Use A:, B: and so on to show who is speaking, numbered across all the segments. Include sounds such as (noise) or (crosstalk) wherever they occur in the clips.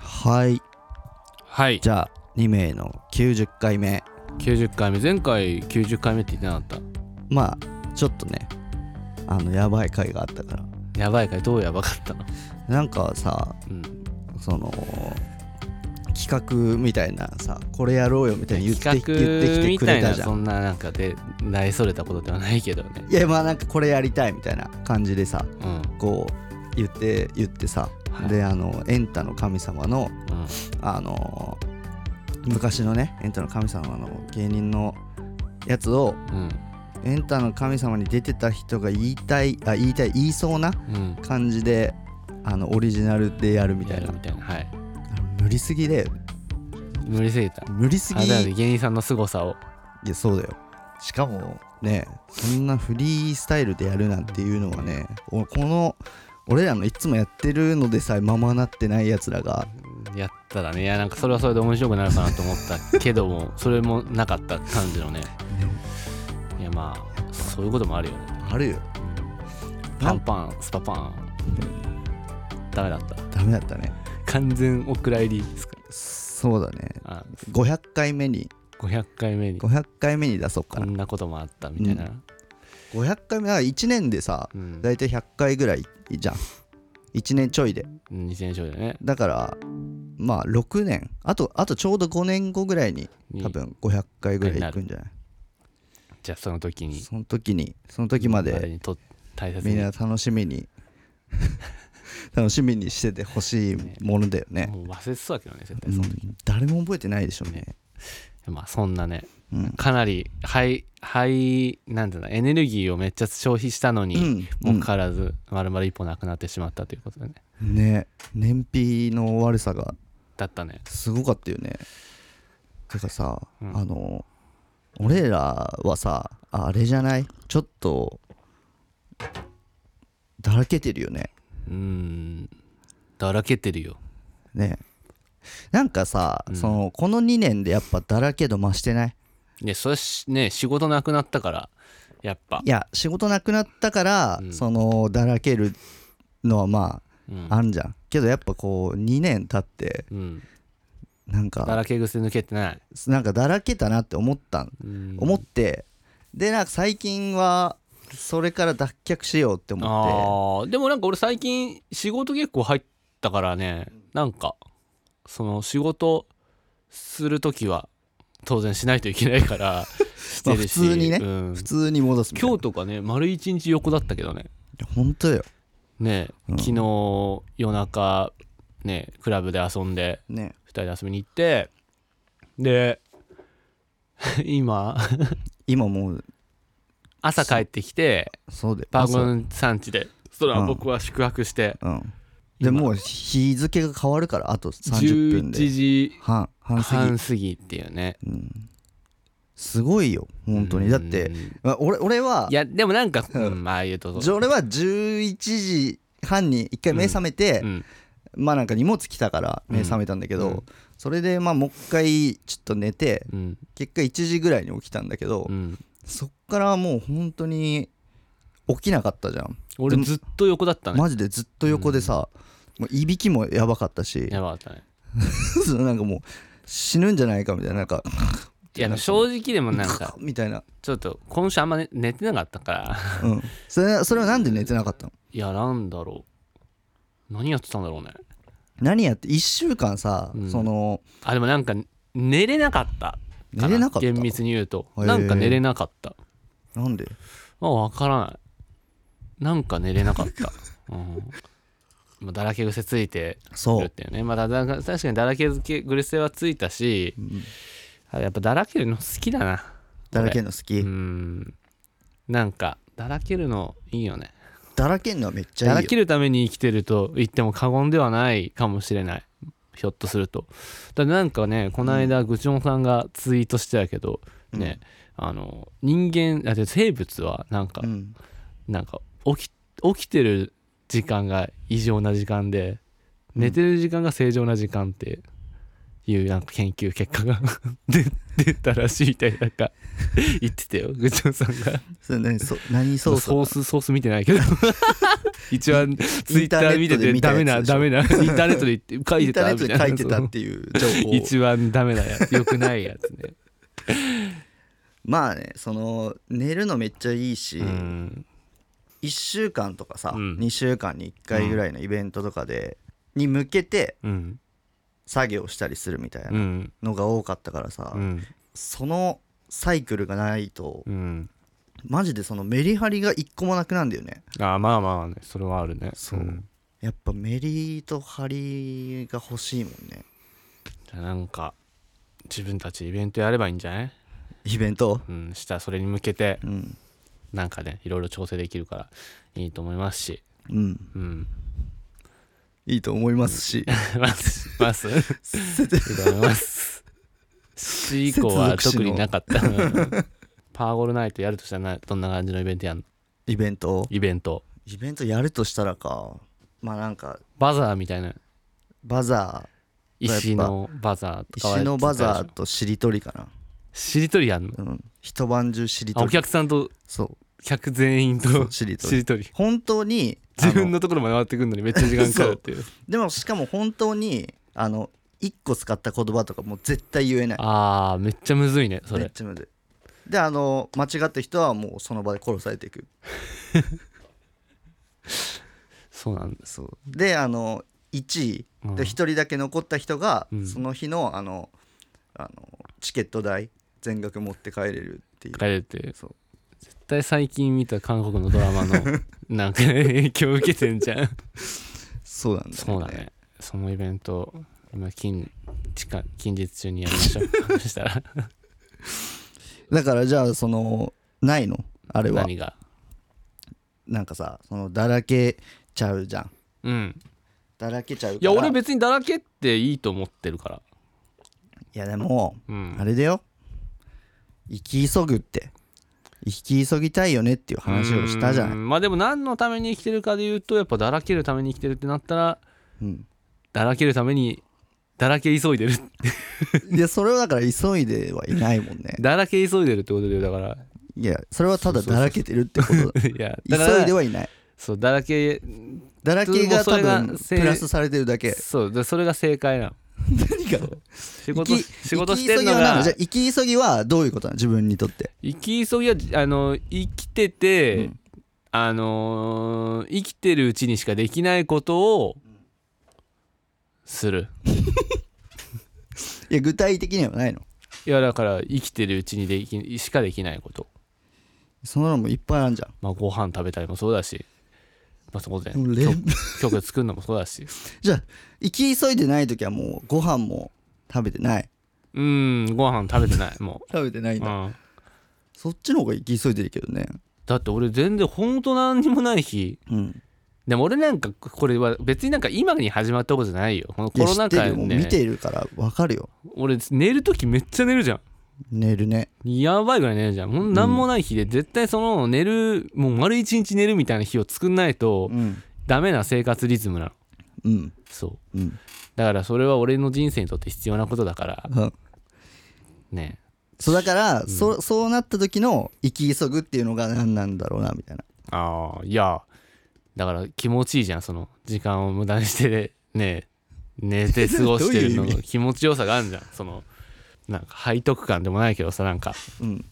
A: はい
B: はい
A: じゃあ2名の90回目
B: 90回目前回90回目って言ってなかっ
A: まあちょっとねあのやばい回があったから
B: たやばいかいどうやばかったの
A: なんかさ
B: うん
A: その企画みたいなさこれやろうよみたいに言って言ってきて
B: み
A: く
B: た
A: れ
B: い
A: た
B: な
A: じゃ
B: そ
A: ん
B: んななんかで大それたことではないけどね
A: いやまあなんかこれやりたいみたいな感じでさ
B: うん
A: こう言って言ってさ、
B: はい
A: であのエンタの神様の
B: うん
A: あの昔のねエンタの神様の芸人のやつを
B: うん
A: エンタの神様に出てた人が言いたいあ言いたい言いそうな
B: うん
A: 感じであのオリジナルでやるみたいな
B: やるみたいなはい
A: あの無理すぎで
B: 無理すぎた
A: 無理す
B: あ
A: ぎ
B: だよね芸人さんの凄さを
A: いやそうだよしかもねそんなフリースタイルでやるなんていうのはねおこの俺らのいつもやってるのでさえままなってないやつらが
B: やったらねいやなんかそれはそれで面白くなるかなと思ったけ
A: (laughs)
B: どもそれもなかった感じのねいやまあそういうこともあるよね
A: あるよ
B: パンパンスパパンダメだった
A: ダメだったね
B: 完全お蔵入りですか
A: そうだね
B: あ
A: 500回目に
B: 500回目に
A: 500回目に出そうか
B: こ
A: なん
B: なこともあったみたいな、
A: 500回目は1年でさ
B: うん
A: 大体100回ぐらいじゃん1年ちょいで
B: うん、2000勝でね
A: だからまあ6年あとあとちょうど5年後ぐらいに
B: に
A: 多分500回ぐらいいくんじゃない
B: じゃあその時に
A: その時にその時ま
B: あれ
A: で
B: にと大切
A: みん
B: に
A: な楽しみ
B: (laughs)
A: に楽しみにしててほしいものだよね
B: もう忘れてたけどね絶
A: う
B: 対その時、
A: ん、誰も覚えてないでしょうね
B: まあそんなね
A: うん
B: かなりはいはいなんていうのエネルギーをめっちゃ消費したのに、
A: うん
B: もかかわらず丸々一歩なくなってしまったということでね
A: ね燃費の悪さが
B: だったね
A: すごかったよねてかさ、
B: うん
A: あの俺らはさああれじゃないちょっとだらけてるよね
B: うーんだらけてるよ
A: ねなんかさ、
B: うん
A: そのこの2年でやっぱだらけ度増してない
B: いやそれしね仕事なくなったからやっぱ
A: いや仕事なくなったから、
B: うん
A: そのだらけるのはま
B: うん
A: ああんじゃんけどやっぱこう2年経って
B: うん、
A: なん
B: だ
A: から
B: け癖抜けてない、
A: なんかだらけたなって思ったん
B: うん
A: 思ってでなんか最近はそれから脱却しようって思っ
B: あーでもなんか俺最近仕事結構入ったからねなんかその仕事する時は当然しないといけないから
A: (laughs)
B: してるし
A: まあ普通にね
B: うん
A: て普通に戻すみたい
B: 今
A: な
B: 日とかね丸一日横だったけどね
A: 本当よ
B: ねえ、
A: うん
B: 昨日夜中ねクラブで遊んで
A: ね
B: 2人で遊びに行ってで (laughs) 今
A: 今もう
B: 朝帰ってきて
A: そうで
B: パー
A: 朝
B: ゴン産地でそれは僕は宿泊して、
A: うんで
B: 今
A: もう日付が変わるからあと30
B: 11
A: 分で
B: 時
A: 半半過ぎ
B: 半過ぎっていうね
A: うんすごいよ本当
B: う
A: に
B: ん
A: だってまあ俺俺はい
B: やでもなんか、うん、まあああいうと
A: じゃあ俺は11時半に一回目覚めて、
B: うん
A: まあなんか荷物来たから目覚めたんだけど、
B: うん
A: それでまあもう一回ちょっと寝て
B: うん
A: 結果1時ぐらいに起きたんだけど、
B: うん
A: そっからもう本当に起きなかったじゃん、
B: 俺ずっと横だったね
A: マジでずっと横でさ、もういびきもやばかったし
B: やばかったね
A: (laughs) なんかもう死ぬんじゃないかみたいななんか
B: いや正直でもなんか
A: (laughs) みたいな、
B: ちょっと今週あんま、ね、寝てなかったから
A: う
B: (laughs)
A: ん、それそれはなんで寝てなかったの
B: いやなんだろう何やってたんだろうね
A: 何やって1週間さ、
B: うん
A: その
B: あでもなんか寝れなかった
A: 寝れなかった
B: 厳密に言うと
A: へー
B: なんか寝れなかった
A: なんで
B: まあ分からないなんか寝れなか
A: (laughs)
B: った、うんまあ、だらけ癖ついて
A: そ
B: るっ
A: う、
B: ていうねまあだだ確かにだらけ付け癖はついたし
A: うん
B: あやっぱだらけるの好きだな
A: だらけるの好き、
B: うんなんかだらけるのいいよね
A: だらけんのはめっちゃいい
B: だ
A: よ
B: らけるために生きてると言っても過言ではないかもしれないひょっとするとだってなんかねこの間愚痴ンさんがツイートしてたけど、
A: うん
B: ねあの人間あで生物はなんか、
A: うん、
B: なんか起き起きてる時間が異常な時間で寝てる時間が正常な時間っていうなんか研究結果が (laughs) 出出たらしいみたいななんか言ってたよ愚痴ンさんが
A: それ何そ何ソ
B: ソ
A: ー
B: ー
A: ス
B: (laughs) スソース見てないけど一番ツイッター見てて
A: インタ
B: ダ
A: ーネ
B: メ
A: ッ
B: な
A: トで見たやつでしょ
B: ダメなインターネットで言って書 (laughs)
A: イ
B: い
A: ン
B: て
A: ター
B: た
A: ネ
B: み
A: ット
B: たい
A: で
B: な
A: 書いてたっていう情報を
B: (laughs) 一番ダメなやつよくないやつ (laughs) ね
A: まあねその寝るのめっちゃいいし、1週間とかさ、
B: うん
A: 2週間に1回ぐらいのイベントとかで、に向けて
B: うん
A: 作業したりするみたい
B: うんう
A: なんのが多かったからさ、
B: うん
A: そのサイクルがないと
B: うん
A: マジでそのメリハリが1個もなくなんだよね
B: あまあまあねそれはあるね
A: そうんやっぱメリとハリが欲しいもんね
B: じゃあなんか自分たちイベントやればいいんじゃない
A: イベント
B: うんしたらそれに向けて
A: うん
B: なんかねいろいろ調整できるからいいと思いますし
A: うん
B: うん (laughs)
A: いいと思いますし
B: ますますいいと思いますし以降は特になかったうんパーゴルナイトやるとしたらなどんな感じのイベントやんの
A: イベント
B: イベント
A: イベントやるとしたらかまあなんか
B: バザーみたいな
A: バザ
B: 石のバザー
A: ー
B: とかは
A: 石のバザーとしりとりかな
B: しりとりやんの
A: うん一晩中しり
B: あ
A: と
B: お
A: り
B: 客さんと
A: そう
B: 客全員
A: そ
B: と
A: うしりと
B: し (laughs)
A: り
B: りとり
A: 本当に
B: 自
A: あ
B: 分
A: の
B: のところまで回ってくるのにめっちゃ時間かかるっていう
A: でもしかも本当にあの1個使った言葉とかもう絶対言えない
B: ああめっちゃむずいねそ
A: めっ
B: れ
A: ちゃむずいであの間違った人はもうその場で殺されていく
B: そうなんだ
A: そうであの1位
B: うん
A: で1人だけ残った人が、
B: うん
A: その日のあのあのチケット代全額持って帰れるっていう
B: 帰れて
A: そう
B: 絶対最近見た韓国のドラマ
A: (laughs)
B: のなんか影響受けてんじゃん
A: そうなんだよね
B: そうだねそのイベント今近近近日中にやりましょう
A: (laughs)
B: そしたら
A: だからじゃあそのないのあれは
B: 何が
A: なんかさそのだらけちゃうじゃん
B: うん
A: だらけちゃう
B: い
A: から
B: や俺別にだらけっていいと思ってるから
A: いやでも
B: うん
A: あれだよ生き急ぐって生き急ぎたいよねっていう話をしたじゃな
B: う
A: い
B: んまあでも何のために生きてるかで言うとやっぱだらけるために生きてるってなったら
A: うん、
B: だらけるためにだらけ急いでる
A: いやそれはだから急いではいないもんね
B: だらけ急いでるってことでだから
A: いやそれはただだらけてるってことだ
B: いやだか
A: 急い
B: ら
A: ではいない
B: そうだらけ
A: だらけが多
B: もう
A: 分
B: そ
A: プ
B: れが
A: ラスされてるだけ
B: そうでそれが正解なの
A: 何が
B: 仕事仕事してるの
A: は何
B: が
A: じゃあ行き急ぎはどういうことなの自分にとって
B: 生き急ぎはあの生きてて、
A: うん
B: あのー生きてるうちにしかできないことをする
A: いや具体的にはないの
B: いやだから生きてるうちにできしかできないこと
A: そんなのもいっぱいあるじゃん
B: まあご飯食べたりもそうだしまあそこで
A: (laughs) でも連
B: 曲作るのもそうだし
A: じゃあ行き急いでない時はもうご飯も食べてない
B: うんご飯食べてないも、
A: 食べてな (laughs) いうん
B: う
A: だ、
B: ん、
A: そっちの方が行き急いでるけどね
B: だって俺全然ほんと何にもない日
A: うん
B: でも俺なんかこれは別になんか今に始まったことじゃないよこの
A: い
B: コ
A: や
B: ロ
A: 知
B: ナ
A: ってる
B: 禍
A: よ、もう
B: ね
A: 見てるから分かるよ
B: 俺寝る時めっちゃ寝るじゃん
A: 寝るね
B: やばいぐらい寝るじゃん。ほんなんもない日で、絶対その寝る、もう丸一日寝るみたいな日を作んないと
A: う、ん
B: ダメな生活リズムなの。
A: うん
B: そう。
A: うん
B: だからそれは俺の人生にとって必要なことだから、
A: うん
B: ね。
A: そうだから、そそうなった時の行き急ぐっていうのが何なんだろうなみたいな
B: ああ、いや、だから気持ちいいじゃん、その、時間を無駄にして、ね、寝て過ごしてるの
A: (laughs) どういう意
B: の気持ちよさがあるじゃん。その、なんか背徳感でもないけどさ、なんか、
A: うん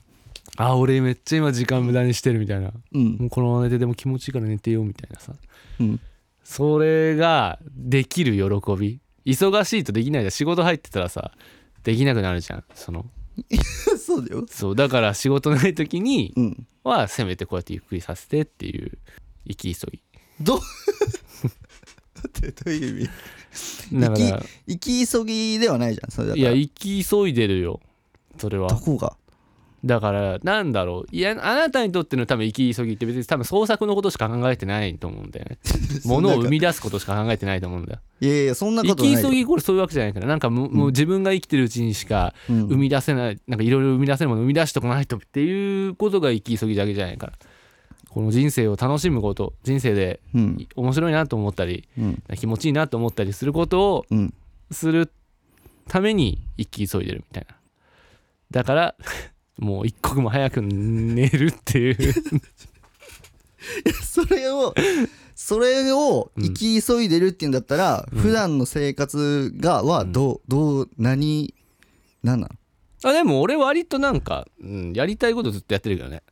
B: ああ、俺めっちゃ今時間無駄にしてるみたいな。
A: うん
B: もうこのまま寝てでも気持ちいいから寝てよみたいなさ。
A: うん (laughs)
B: それができる喜び忙しいとできないじゃん仕事入ってたらさできなくなるじゃんその
A: そうだよ
B: そうだから仕事ない時に
A: うん
B: はせめてこうやってゆっくりさせてっていう生き急ぎ
A: ど待 (laughs) ってどういう意味
B: だから
A: 行き急ぎではないじゃんそれだか
B: いや
A: ら
B: 生き急いでるよそれ
A: ど
B: は
A: こが
B: だからなんだろういやあなたにとっての多分生き急ぎって別に多分創作のことしか考えてないと思うんだ (laughs) よね物を生み出すことしか考えてないと思うんだよ
A: いやいやそんなこ
B: 生
A: とない
B: き
A: よ
B: 急ぎこれそういうわけじゃないからなんかもう,、もう自分が生きてるうちにしか
A: うん
B: 生み出せないなんかいろいろ生み出せるもの生み出してこないとっていうことが生き急ぎだけじゃないからこの人生を楽しむこと人生で
A: うん
B: 面白いなと思ったり
A: うん
B: 気持ちいいなと思ったりすることを
A: うん
B: するために生き急いでるみたいなだから (laughs) もう一
A: (laughs)
B: 刻も早く寝るっていう
A: それをそれを生き急いでるっていうんだったら、
B: うん
A: 普段の生活がはどう、どう何何なの
B: (laughs) あでも俺割となんか、うん、やりたいことずっとやってるけどね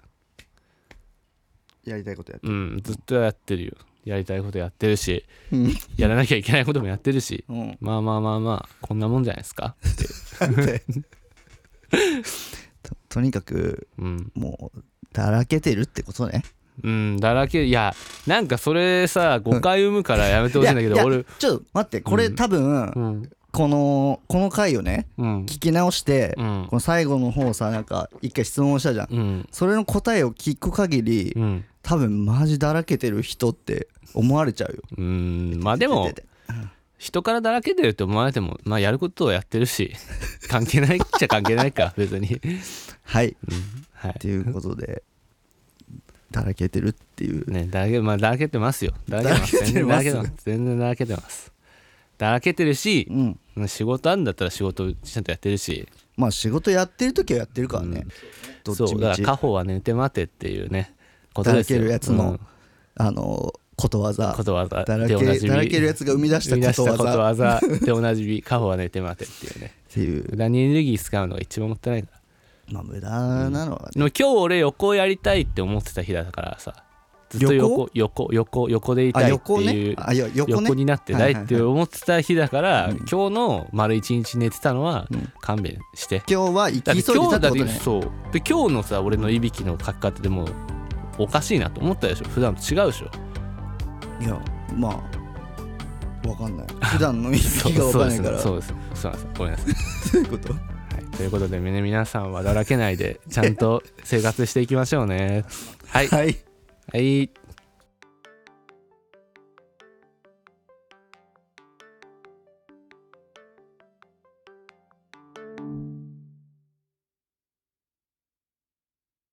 A: やりたいことやって
B: うんずっとやってるよやりたいことやってるし
A: うん
B: やらなきゃいけないこともやってるし
A: うん
B: まあまあまあまあこんなもんじゃないですか
A: ととにかく
B: うん、
A: もうだらけてるってことね
B: うん、だらけいやなんかそれさ誤解生むからやめてほしいんだけど
A: いやいや
B: 俺
A: ちょっと待ってこれ
B: うん
A: 多分、
B: うん
A: このこの回をね
B: うん
A: 聞き直して、
B: うん
A: この最後の方さなんか一回質問したじゃん、
B: うん
A: それの答えを聞く限り、
B: うん
A: 多分マジだらけてる人って思われちゃうよ
B: うんまあでも
A: 出てて
B: 人からだらけてるって思われてもまあやることをやってるし (laughs) 関係ないっちゃ関係ないか別に、
A: はい
B: うん、は
A: っていうことでだらけてるっていう
B: ねだらけまあだらけてますよだらけてま
A: だら
B: す全然だら
A: け
B: け
A: てま
B: てま
A: す
B: す全然だらけてますだらけてるし
A: うん
B: 仕事あるんだったら仕事ちゃんとやってるし
A: まあ仕事やってる時はやってるからね、どっち
B: そう
A: み
B: だから
A: ち
B: 家宝は寝て待てっていうねことですよ
A: だらけるやつ
B: う
A: の
B: ん、
A: あのことわざ
B: ことわざ
A: だら
B: でおな
A: け
B: じみ
A: だらけるやつが生み出した
B: 生み出
A: こと
B: した
A: わ
B: こと
A: ざっ
B: わざでおなじみ家 (laughs) 宝は寝て待てっていうね
A: ていう
B: 無駄にエネルギー使うのが一番もったいないから
A: まあ無駄なのは
B: で
A: ね、
B: も今日俺横やりたいって思ってた日だからさずっと横横横横でいた
A: あ
B: いって
A: 横
B: いう
A: ねあいや横
B: 横
A: ね
B: になってないって思ってた日だから、
A: うん
B: 今日の丸一日寝てたのは
A: うん
B: 勘弁して、
A: 今日は行き
B: だ
A: 急
B: っ
A: い
B: て
A: でた
B: 今日
A: って
B: だ
A: こ
B: っ
A: と
B: て
A: ね
B: そうで今日のさ俺のいびきの書き方でもうおかしいなと思ったでしょ普段と違うでしょ
A: いやまあわかんない普段の意識がわ
B: そう
A: かん
B: で
A: ない
B: す
A: から
B: そ
A: そう
B: うですそうなんですごめんなさい、
A: いう (laughs) こと
B: はい、ということでね皆さ
A: (laughs)
B: んはだらけないでちゃんと生活していきましょうねはい
A: はい
B: はい